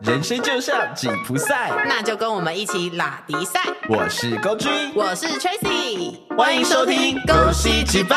人生就像紧箍赛。那就跟我们一起拉迪赛。我是高君，我是 Tracy，欢迎收听《恭喜击败》。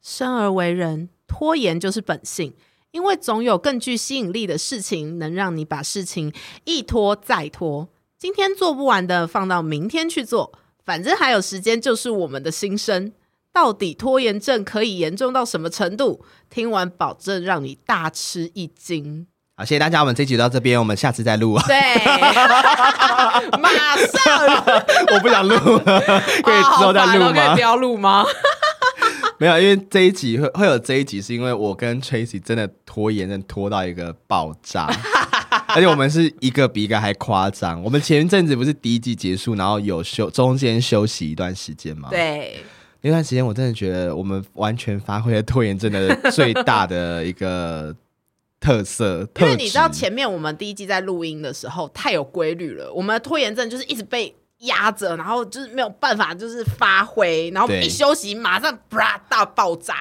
生而为人，拖延就是本性，因为总有更具吸引力的事情能让你把事情一拖再拖。今天做不完的，放到明天去做，反正还有时间，就是我们的心声。到底拖延症可以严重到什么程度？听完保证让你大吃一惊。好，谢谢大家，我们这集就到这边，我们下次再录。对，马上 哦我不 想录了，哦可以之后再录吗？要录吗？没有，因为这一集会会有这一集，是因为我跟 Tracy 真的拖延症拖到一个爆炸， 而且我们是一个比一个还夸张。我们前一阵子不是第一季结束，然后有休中间休息一段时间吗？，对，那段时间我真的觉得我们完全发挥了拖延症 的最大的一个特色特因质。为你知道前面我们第一季在录音的时候太有规律了，我们的拖延症就是一直被压着，然后就是没有办法就是发挥，然后我们对一休息马上啪大爆炸。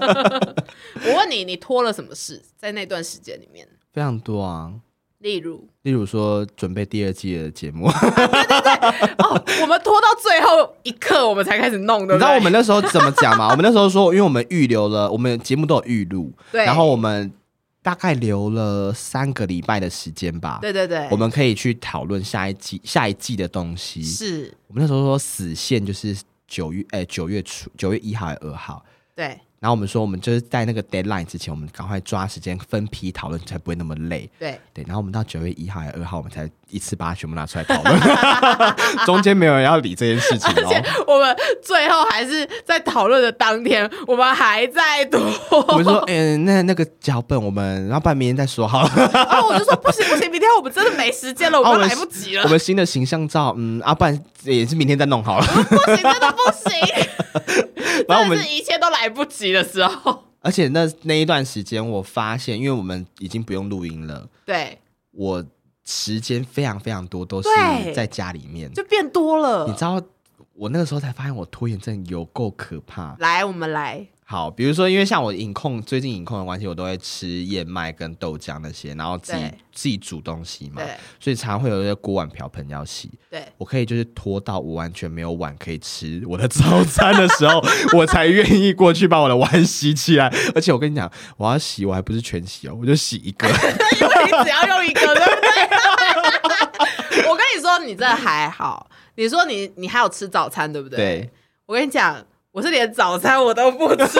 我问你，你拖了什么事在那段时间里面？非常多啊，例如，例如说准备第二季的节目。哦，我们拖到最后一刻，我们才开始弄，对你不知道对？我们那时候怎么讲吗？我们那时候说，因为我们预留了，我们节目都有预录， 对然后我们大概留了三个礼拜的时间吧，对对对，我们可以去讨论下一季下一季的东西。是，我们那时候说死线就是九月，哎，九月初，九月一号还是二号。对然后我们说，我们就是在那个 deadline 之前，我们赶快抓时间分批讨论，才不会那么累。 对。对，然后我们到九月一号还是二号，我们才一次把它全部拿出来讨 论，中间没有人要理这件事情哦。我们最后还是在讨论的当天，我们还在拖。我们说，嗯、那那个脚本我们，然后半明天再说好 了。然后我就说不行不行，明天我们真的没时间了，啊我我们们来不及了我，们新的形象照，嗯，啊，不然也是明天再弄 好了。不行，真的不行， 然后我真们的，是一切都来不及的时候。而且那那一段时间，我发现，因为我们已经不用录音了，对，我时间非常非常多都是对在家里面。就变多你了知。道，我那个时候才发现我拖延症有够可怕。来，我们来，好，比如说，因为像我饮控，最近饮控的关系，我都会吃燕麦跟豆浆那些，然后自己对自己煮东西嘛，对所以常常会有一些锅碗瓢盆要洗。对，我可以就是拖到我完全没有碗可以吃我的早餐的时候， 我才愿意过去把我的碗洗起来。而且我跟你讲，我要洗我还不是全洗哦，我就洗 一个。因为你只要用一个，对不对？ 我跟你说，你这还好。你说你你还有吃早餐，对不对？对，我跟你讲，我是连早餐我都不吃。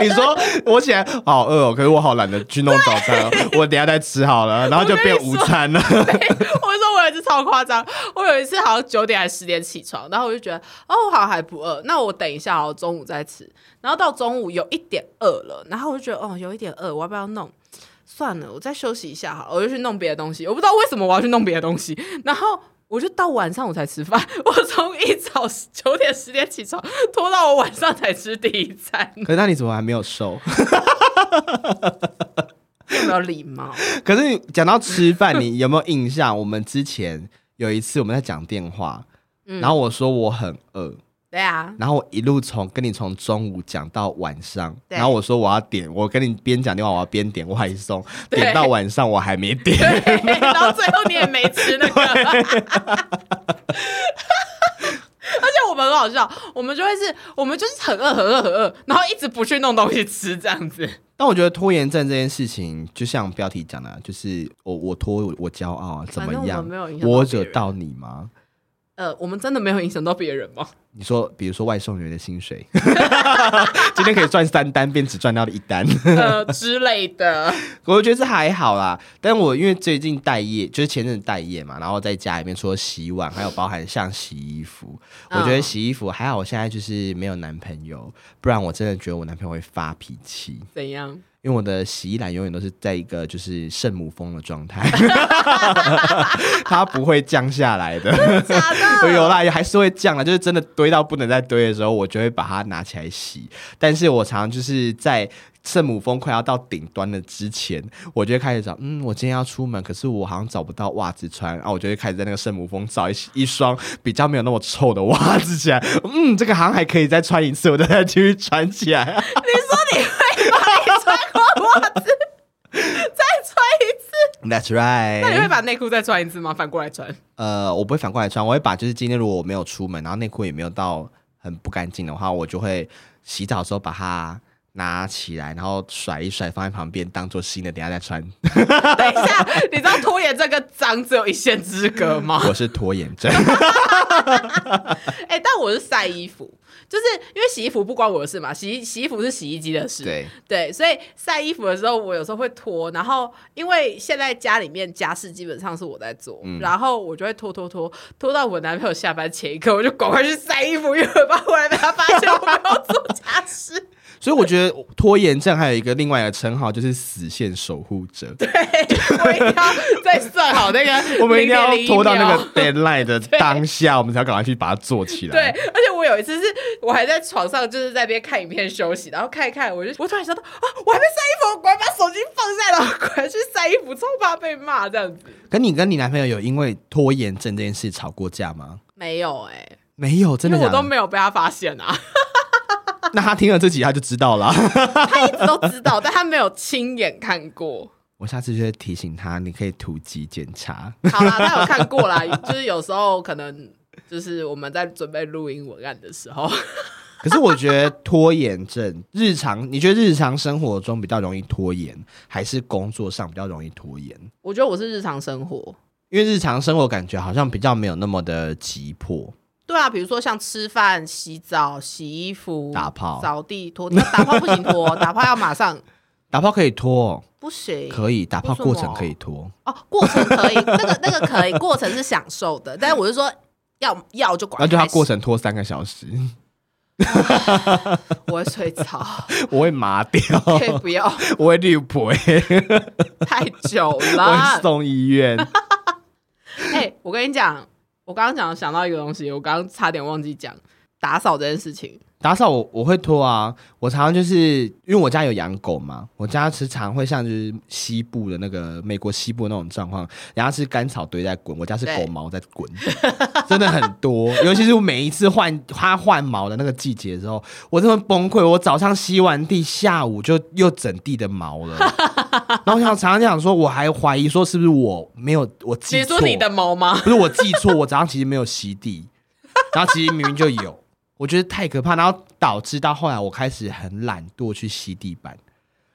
你说我起来好饿哦，可是我好懒得去弄早餐哦，我等一下再吃好了，然后就变午餐了。 我说我有一次超夸张，我有一次好像九点还是十点起床，然后我就觉得哦，我好像还不饿，那我等一下哦，中午再吃。然后到中午有一点饿了，然后我就觉得哦，有一点饿，我要不要弄？算了，我再休息一下好了，我就去弄别的东西。我不知道为什么我要去弄别的东西，然后。我就到晚上我才吃饭，我从一早九点十点起床 拖到我晚上才吃第一餐， 可是那你怎么还没有瘦？有没有礼 貌？ 可是你讲到吃饭，你有没有印象？我们之前有一次我们在讲电话，嗯然后我说我很饿，对啊，然后我一路从跟你从中午讲到晚上，对然后我说我要点，我跟你边讲电话，我要边点外送，对点到晚上我还没点， 对，然后最后你也没吃那个。而 且我们很好笑，我们就会是，我们就是很饿很饿很饿，然后一直不去弄东西吃这样子。但我觉得拖延症这件事情，就像标题讲的，就是我我拖我我骄傲啊怎么反正我样们没有影响到别？人我惹到你吗？呃，我们真的没有影响到别人吗？你说，比如说外送员的薪水， 今天可以赚三单，便只赚到了一单，呃之类的。我觉得这还好啦。但我因为最近待业，就是前阵子待业嘛，然后在家里面除了洗碗，还有包含像洗衣服，我嗯觉得洗衣服还好。我现在就是没有男朋友，不然我真的觉得我男朋友会发脾气， 怎样？因为我的洗衣篮永远都是在一个就是圣母峰的状态， 它不会降下来的。假 的？有啦，也还是会降啦，就是真的堆到不能再堆的时候，我就会把它拿起来洗。但是我常常就是在圣母峰快要到顶端了之前，我就会开始找，嗯，我今天要出门，可是我好像找不到袜子穿啊，我就会开始在那个圣母峰找一一双比较没有那么臭的袜子起来，嗯，这个好像还可以再穿一次，我就再继续穿起来。你说你会把你穿过袜子 再穿一 That's 次？那你 right，会把内裤再穿一次吗？反过来穿？呃，我不会反过来穿，我会把就是今天如果我没有出门，然后内裤也没有到很不干净的话，我就会洗澡的时候把它。拿起来，然后甩一甩，放在旁边当做新的，等一下再 穿。等一下，你知道拖延这个章只有一线之隔吗？我是拖延症。哎、但我是晒衣服，就是因为洗衣服不关我的事嘛，洗衣洗衣服是洗衣机的事。对，对，所以晒衣服的时候，我有时候会拖，然后因为现在家里面家事基本上是我在做，然后我就会拖拖拖拖到我男朋友下班前一刻，我就赶快去晒衣服，因为我怕忽然被他发现我没有做家事。所以我觉得拖延症还有一个另外一个称号就是死线守护 者，我一定要再算好哦那个，我们一定要拖到那个 deadline 的当下，我们才要赶快去把它做起对，来。而且我有一次是我还在床上，就是在那边看影片休息，然后看一看，我就我突然想到啊，我还没晒衣服，我赶快把手机放下，然后 赶快去晒衣服，超怕被骂这样子。可你跟你男朋友有因为拖延症这件事吵过架吗？没有哎、没有，真因的为我假都的？没有被他发现啊，那他听了这集他就知道了。他一直都知道，但他没有亲眼看过。我下次就会提醒他，你可以突击检查。 好啦，他有看过啦，就是有时候可能就是我们在准备录音文案的时候，可是我觉得拖延症，日常你觉得日常生活中比较容易拖延，还是工作上比较容易拖延？我觉得我是日常生活。因为日常生活感觉好像比较没有那么的急迫。对啊，比如说像吃饭、洗澡、洗衣服、打泡扫地、拖地，打泡不行拖，打泡要马上，打炮可以拖哦，不行。可以打炮为什过程么可以拖，哦，过程可以，那个那个可以，过程是享受的，但是我是说要要就管然后开就始，他过程拖三个小时， 我会睡着， 我会麻掉，可以不要 我会绿婆，太久 我会了。送医院。哎、我跟你讲，我刚刚讲想到一个东西，我刚刚差点忘记讲打扫这件事情。打扫我我会拖啊，我常常就是因为我家有养狗嘛，我家时常会像就是西部的那个美国西部那种状况，人家是干草堆在滚，我家是对狗毛在滚， 真的很多。尤其是我每一次换它换毛的那个季节的时候，我真的崩溃。我早上吸完地，下午就又整地的毛 了。然后我想常常想说，我还怀疑说是不是我没有我记你错，说你的毛吗？不是我记错，我早上其实没有吸地，然后其实明明就有，我觉得太可怕，然后导致到后来我开始很懒惰去吸地板，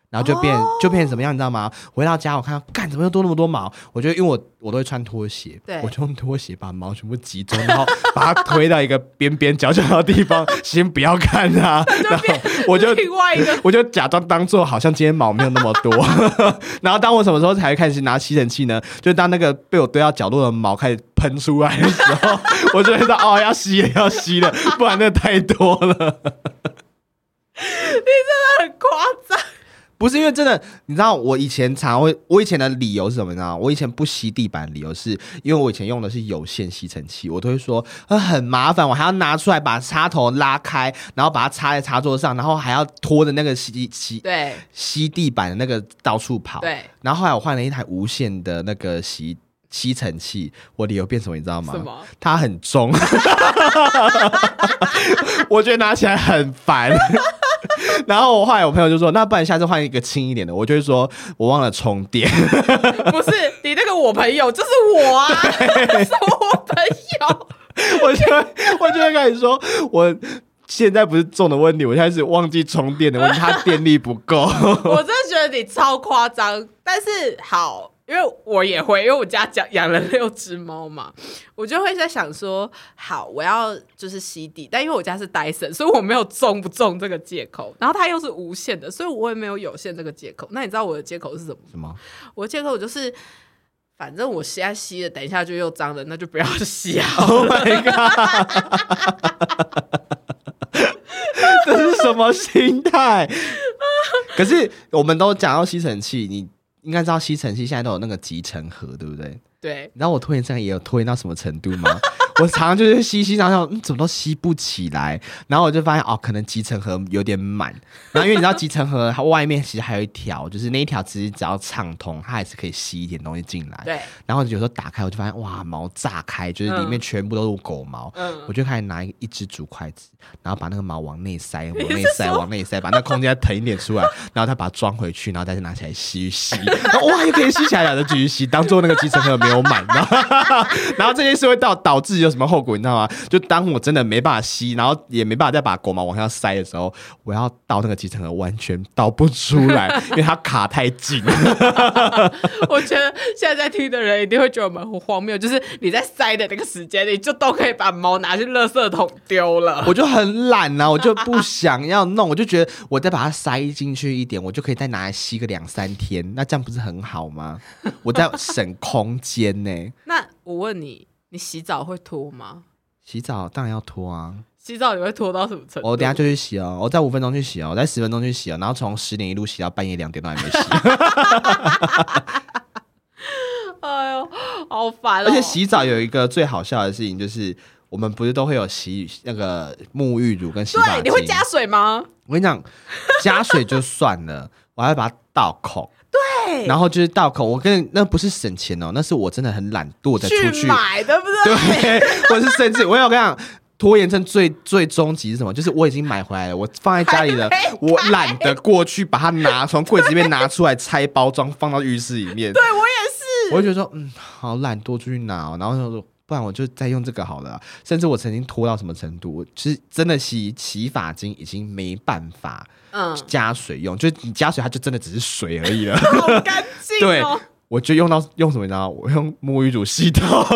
然后就变、哦就变成什么样，你知道吗？回到家我看到，干怎么又多那么多毛？我觉得因为我我都会穿拖鞋对，我就用拖鞋把毛全部集中，然后把它推到一个边边角角的地方， 先不要看它，然后我就 另外一个我就假装当做好像今天毛没有那么多， 然后当我什么时候才会开始拿吸尘器呢？就当那个被我堆到角落的毛开始喷出来的时候， 我就会知道哦，要吸了，要吸了，不然那太多了。很夸张，不是因为真的，你知道我以前常会，我以前的理由是什么呢？我以前不吸地板，理由是因为我以前用的是有线吸尘器，我都会说呃很麻烦，我还要拿出来把插头拉开，然后把它插在插座上，然后还要拖着那个吸吸 对吸地板的那个到处跑。对，然后后来我换了一台无线的那个吸吸尘器，我理由变什么你知道吗？什么？它很重， 我觉得拿起来很烦。 然后我后来我朋友就说，那不然下次换一个轻一点的。我就会说我忘了充电， 不是你那个我朋友，就是我啊， 是我朋友。我就会我就会开始说我。现在不是重的问题，我现在是忘记充电的问题，它电力不够。 我真的觉得你超夸张，但是好，因为我也会，因为我家养养了六只猫嘛，我就会在想说，好，我要就是吸地，但因为我家是 Dyson，所以我没有中不中这个借口，然后它又是无线的，所以我也没有有线这个借口。那你知道我的借口是什么吗？什么？我的借口就是。反正我现在吸了，等一下就又脏了，那就不要吸啊！ Oh my god！这是什么心态？可是我们都讲到吸尘器，你应该知道吸尘器现在都有那个集尘盒，对不对？ 对，你知道我拖延症也有拖延到什么程度吗？ 我常常就是吸吸，然后嗯怎么都吸不起来，然后我就发现哦，可能集成盒有点满，然后因为你知道集成盒它外面其实还有一条，就是那一条其实只要畅通，它还是可以吸一点东西进来。对，然后有时候打开，我就发现哇，毛炸开，就是里面全部都是狗毛。嗯，我就开始拿一一只竹筷子，然后把那个毛往内塞，往是内 塞，往内塞，把那空间再腾一点出来，然后再把它装回去，然后再拿起来吸一吸，然后哇，又可以吸起来了，就继续吸，当做那个集成盒没有满，然后 然后这件事会导导致有什么后果，你知道吗？就当我真的没办法吸，然后也没办法再把狗毛往下塞的时候，我要倒那个集成盒完全倒不出 来，因为它卡太紧。我觉得现在在听的人一定会觉得我们很荒谬，就是你在塞的那个时间，你就都可以把猫拿去垃圾桶丢 了。我就很懒啊呐、我就不想要弄，我就觉得我再把它塞进去一点，我就可以再拿来吸个两三天，那这样不是很好 吗？我在省空间呢、那我问你，你洗澡会拖吗？洗澡当然要拖啊，洗澡你会拖到什么程度？我等一下就去洗哦，我在五分钟去洗哦，我在十分钟去洗哦，然后从十点一路洗到半夜两点都还没 洗， 哎呦，好烦、哦！而且洗澡有一个最好笑的事情就是。我们不是都会有洗那个沐浴乳跟洗发对，精？你会加水吗？我跟你讲， 加水就算了，我还要把它倒口。对然后就是倒口，我跟你那不是省钱哦，那是我真的很懒惰的出去，买，对不对？对， 我是甚至我有跟你讲，拖延症最最终极是什么？就是我已经买回来了，我放在家里了还没，我懒得过去把它拿从柜子里面拿出来拆包装放到浴室里面，对我也是，我就觉得说嗯，好懒惰出去拿、哦，然后就说。不然我就再用这个好了啊、甚至我曾经拖到什么程度，我就是真的洗洗发精已经没办法嗯，加水用，就是你加水它就真的只是水而 已了。好干 净对哦。，我就用到用什么你知道吗？我用沐浴乳洗头，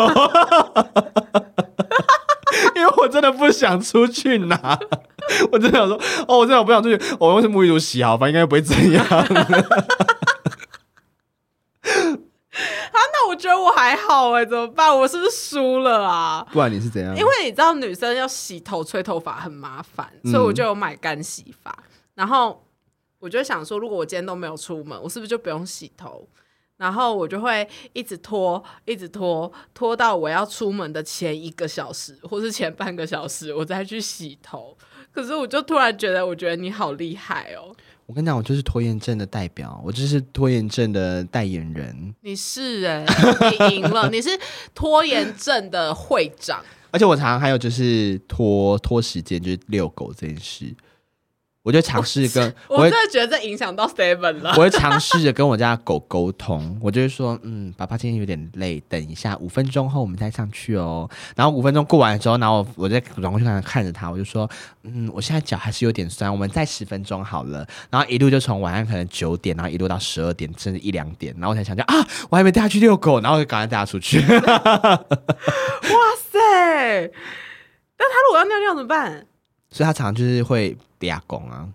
因为我真的不想出去拿，我真的想说，哦，我真的不想出去，我用沐浴乳洗好吧，应该不会怎 样。啊，那我觉得我还好哎、怎么办？我是不是输了啊？不然你是怎样？因为你知道女生要洗头、吹头发很麻烦，嗯所以我就有买干洗法。然后我就想说，如果我今天都没有出门，我是不是就不用洗头？然后我就会一直拖，一直拖，拖到我要出门的前一个小时，或是前半个小时，我再去洗头。可是我就突然觉得，我觉得你好厉害哦，我跟你讲，我就是拖延症的代表，我就是拖延症的代言人，你是哎、你赢了，你是拖延症的会长。而且我常常还有就是拖拖时间，就是遛狗这件事，我就尝试跟我我真的觉得这影响到 Seven 了。 我会尝试着跟我家的狗沟通，我就会说，嗯，爸爸今天有点累，等一下五分钟后我们再上去哦。然后五分钟过完之后，然后我我再转过去看他看着他，我就说，嗯，我现在脚还是有点酸，我们再十分钟好了。然后一路就从晚上可能九点，然后一路到十二点，甚至一两点，然后我才想想啊，我还没带他去遛狗，然后就赶快带他出去。 哇塞！但他如果要尿尿怎么办？所以他常常就是会嗲拱啊，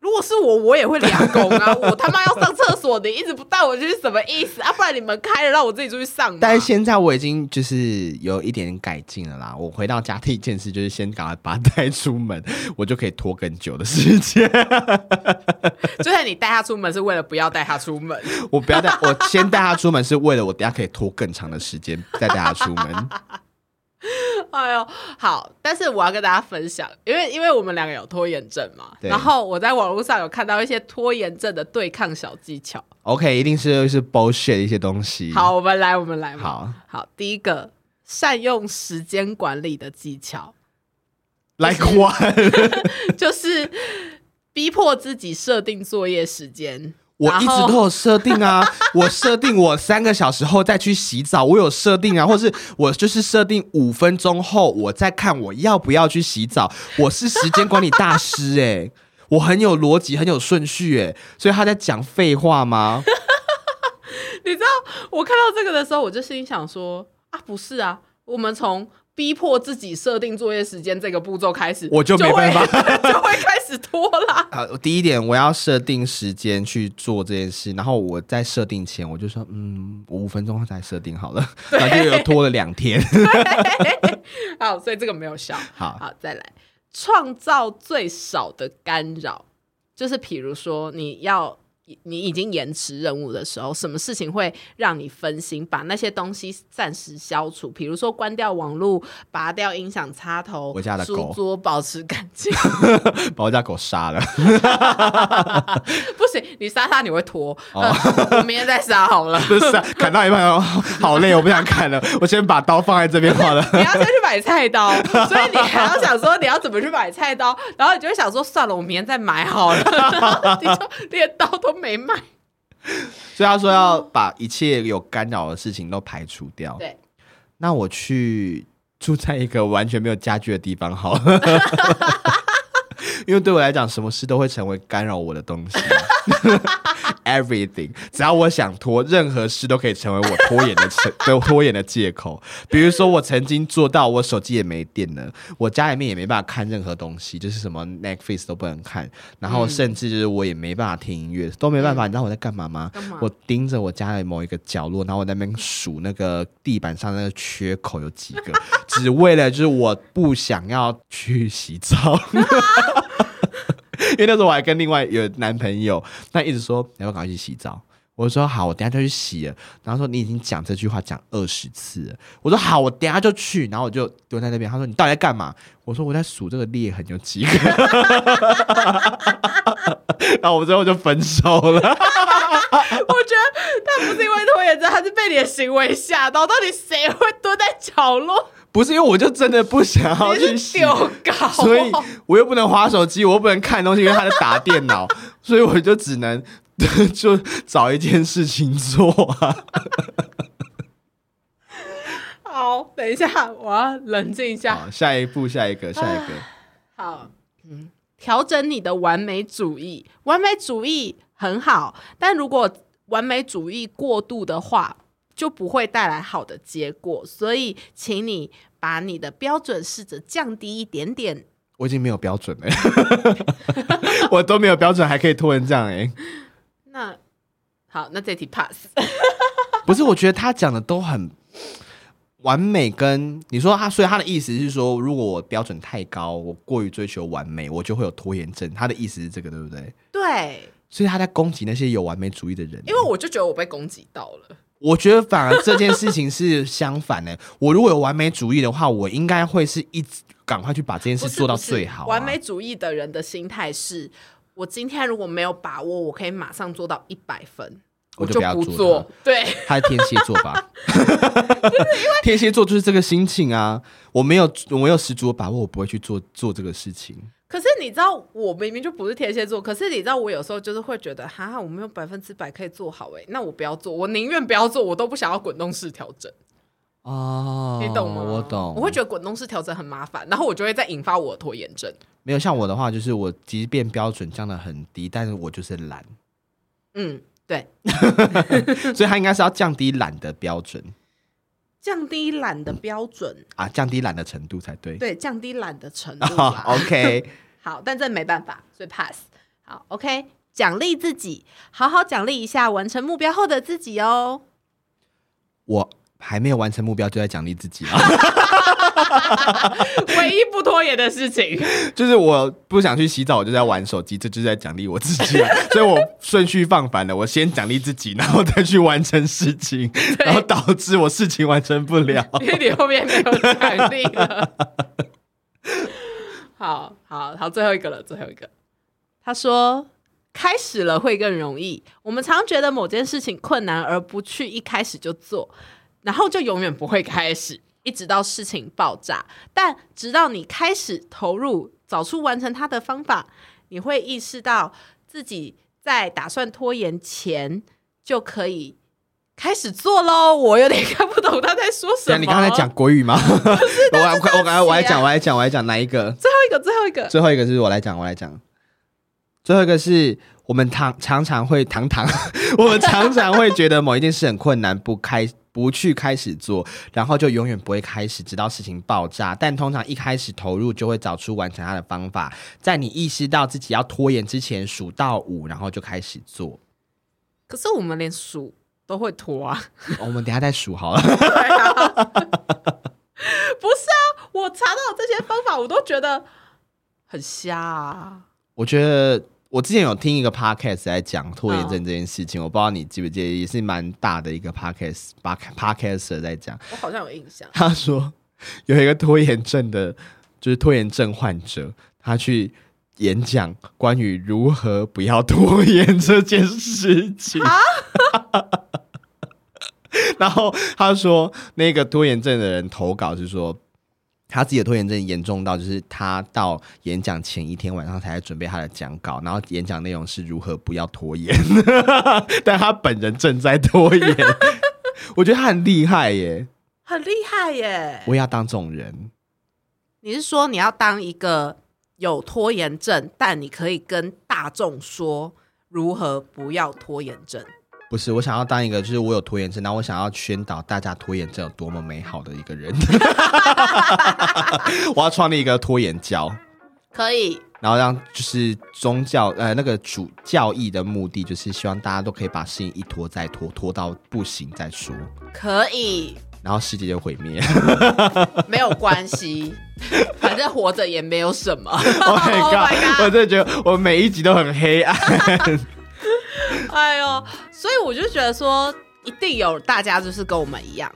如果是我，我也会俩拱 啊！我他妈要上厕所，你一直不带我去，什么意思啊？不然你们开了，让我自己出去上嘛。 但是现在我已经就是有一点改进了啦。我回到家第一件事就是先赶快把它带出门， 我就可以拖更久的时间。 就算你带他出门，是为了不要带他出 门。我不要带，我先带它出门是为了我等下可以拖更长的时间再带它出门。哎呦，好！但是我要跟大家分享，因为因为我们两个有拖延症嘛，对然后我在网络上有看到一些拖延症的对抗小技巧。 OK，一定是是 bullshit 一些东西。，好，我们来，我们来，我嗯们来好，好，第一个善用时间管理的技巧。来关。就是逼迫自己设定作业时间。我然一直后都有设定 啊，我设定我三个小时后再去洗澡，我有设定啊，或是我就是设定五分钟后我再看我要不要去洗澡，我是时间管理大师哎、我很有逻辑，很有顺序哎、所以他在讲废话 吗？你知道我看到这个的时候，我就心里想说啊，不是啊，我们从逼迫自己设定作业时间这个步骤开始，我就没办法 就会就会开始拖啦。啊，第一点我要设定时间去做这件事，然后我在设定前我就说，嗯，我五分钟后再设定好了，然后就又拖了两天。好，所以这个没有效。好，好，再来，创造最少的干扰，就是比如说你要。你已经延迟任务的时候，什么事情会让你分心？把那些东西暂时消除，比如说关掉网络、拔掉音响插头、我家的狗书桌保持干 净。把我家狗杀了。。不行，你杀它你会拖。 呃我明天再杀好了 就是啊砍到一半， 哦好累，我不想砍了，我先把刀放在这边好 了。你要先去买菜刀，所以你还要想说你要怎么去买菜刀，然后你就会想说算了，我明天再买好了，然后 你就连刀都没买。所以他说要把一切有干扰的事情都排除掉。对，那我去住在一个完全没有家具的地方好了， 因为对我来讲，什么事都会成为干扰我的东西。Everything，只要我想拖，任何事都可以成为我拖延的成 对拖延的借口。比如说，我曾经做到我手机也没电了，我家里面也没办法看任何东西，就是什么 Netflix 都不能看，然嗯后甚至就是我也没办法听音乐，都没办法。你知道我在干嘛吗？干嘛我盯着我家的某一个角落，然后我在那边数那个地板上那个缺口有几个， 只为了就是我不想要去洗澡。 因为那时候我还跟另外有男朋友，他一直说你要不要赶快去洗澡。我说好，我等一下就去洗了。然后说你已经讲这句话讲二十次了。我说好，我等一下就去。然后我就蹲在那边，他说你到底在干嘛？我说我在数这个裂痕有几个。然后我们最后就分手了。 我觉得他不是因为拖延症，他是被你的行为吓到。到底谁会蹲在角落？不是因为我就真的不想要去你洗是，哦丢稿，所以我又不能划手机，我又不能看东西，因为他在打电脑，所以我就只能 就找一件事情做啊。 好，等一下，我要冷静一下。好，下一步，下一个，下一个。好，嗯，调整你的完美主义，完美主义很好，但如果完美主义过度的话，就不会带来好的结果。所以，请你把你的标准试着降低一点点。我已经没有标准了， 我都没有标准，还可以拖成这样哎、那好，那这题 pass。不是，我觉得他讲的都很完美跟，你说他，所以他的意思是说，如果我标准太高，我过于追求完美，我就会有拖延症。他的意思是这个，对不对？对，所以他在攻击那些有完美主义的人、因为我就觉得我被攻击到了。我觉得反而这件事情是相反的。 我如果有完美主义的话，我应该会是一直赶快去把这件不事是做到不是最好啊、完美主义的人的心态是：我今天如果没有把握，我可以马上做到一百分，我就就不要不做做它。对， 他是天蝎座吧？ 天蝎座就是这个心情啊！我没有，我没有十足的把握，我不会去做做这个事情。可是你知道，我明明就不是天蝎座，可是你知道，我有时候就是会觉得，哈，我没有百分之百可以做好、欸，哎，那我不要做，我宁愿不要做，我都不想要滚动式调整，哦，你懂吗？我懂。我会觉得滚动式调整很麻烦，然后我就会再引发我的拖延症。没有像我的话，就是我即便标准降的很低，但是我就是懒，嗯，对，所以他应该是要降低懒的标准降低懒的标准，啊，降低懒的程度才对。对，降低懒的程 度啦。 o k 好，但这没办法，所以 pass。好，OK，奖励自己，好好奖励一下完成目标后的自己哦。我还没有完成目标就在奖励自己啊。 唯一不拖延的事情，就是我不想去洗澡，我就在玩手机，这就是在奖励我自 己、啊，所以我顺序放反了，我先奖励自己，然后再去完成事情，然后导致我事情完成不了。因为你后面没有奖励了。好好好，最后一个了，最后一个。他说：“开始了会更容易。我们常觉得某件事情困难而不去一开始就做，然后就永远不会开始，一直到事情爆炸。但直到你开始投入，找出完成它的方法，你会意识到自己在打算拖延前就可以开始做喽。我有点看不懂他在说什对啊么。你刚才讲国语吗？我我我我啊刚我来讲，我来讲，我来讲哪一个？最后一个，最后一个， 最后一个是我来讲，我来讲。最后一个是我们常常常会常常， 我们常常会觉得某一件事很困难，不开不去开始做，然后就永远不会开始，直到事情爆炸。但通常一开始投入，就会找出完成它的方法。在你意识到自己要拖延之前，数到五，然后就开始做。可是我们连数都会拖啊。哦我们等一下再数好了。 不是啊，我查到这些方法，我都觉得很瞎啊。我觉得我之前有听一个 podcast 在讲拖延症这件事情，我不知道你记不记得，也是蛮大的一个 podcast podcast 在讲。我好像有印象。他说有一个拖延症的，就是拖延症患者，他去演讲关于如何不要拖延这件事情。然后他说，那个拖延症的人投稿是说，他自己的拖延症严重到，就是他到演讲前一天晚上才在准备他的讲稿，然后演讲内容是如何不要拖延， 但他本人正在拖延。 我觉得他很厉害耶，很厉害耶！我也要当这种人。你是说你要当一个有拖延症，但你可以跟大众说如何不要拖延症？不是，我想要当一个，就是我有拖延症，然后我想要宣导大家拖延症有多么美好的一个人。 我要创立一个拖延教，可以，然后让就是宗教呃那个主教义的目的，就是希望大家都可以把事情一拖再拖，拖到不行再说，可以，然后世界就毁 灭。没有关 系，反正活着也没有什么。 oh my god！我真的觉得我每一集都很黑暗。哎呦，所以我就觉得说，一定有大家就是跟我们一样，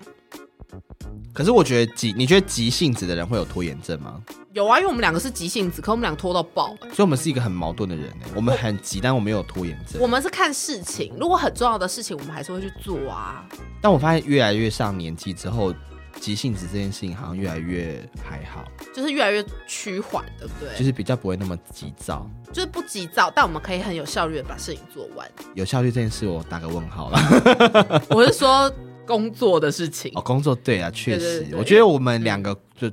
可是我觉得急，你觉得急性子的人会有拖延症吗？有啊，因为我们两个是急性子，可我们俩拖到爆。所以我们是一个很矛盾的人欸呢。我们很急，但我们又有拖延症。我们是看事情，如果很重要的事情，我们还是会去做啊。但我发现越来越上年纪之后，急性子这件事情好像越来越还好，就是越来越趋缓，对不对？就是比较不会那么急躁。就是不急躁，但我们可以很有效率的把事情做完。有效率这件事，我打个问号 了。我是说工作的事情哦，，工作对啊，确对对实，对我觉得我们两个就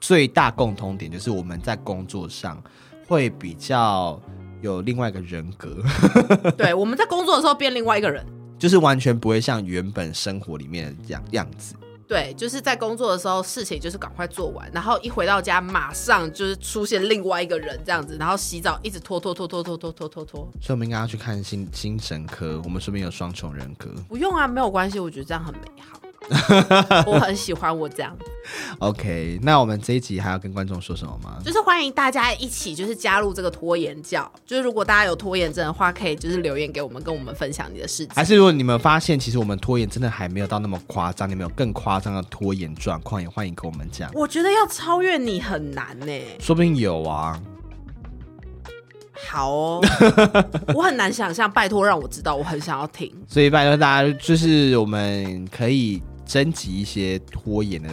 最大共同点就是我们在工作上会比较有另外一个人格， 对，我们在工作的时候变另外一个人。就是完全不会像原本生活里面的样样子。对，就是在工作的时候，事情就是赶快做完，然后一回到家，马上就是出现另外一个人这样子，然后洗澡一直拖拖拖拖拖拖拖拖拖，所以我们应该要去看心精神科，我们说不定有双重人格。不用啊，没有关系，我觉得这样很美好，我很喜欢我这样， OK，那我们这一集还要跟观众说什么吗？就是欢迎大家一起就是加入这个拖延教，就是如果大家有拖延症的话，可以就是留言给我们，跟我们分享你的事情还。是如果你们发现，其实我们拖延真的还没有到那么夸张，你们有更夸张的拖延状况，也欢迎跟我们讲，我觉得要超越你很难欸呢、说不定有啊。好哦，我很难想象，拜托让我知道，我很想要听。所以拜托大家，就是我们可以征集一些拖延的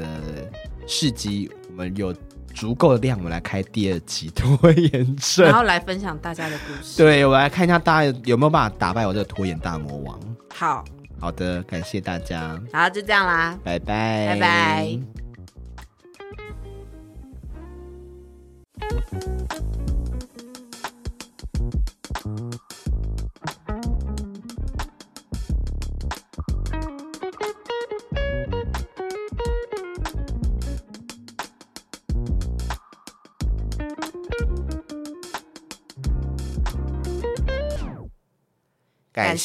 事迹，我们有足够的量，我们来开第二集拖延症然。后来分享大家的故 事。对，我来看一下大家有没有办法打败我这个拖延大魔王。好，好的，感谢大家，然后就这样啦。拜拜，拜拜。感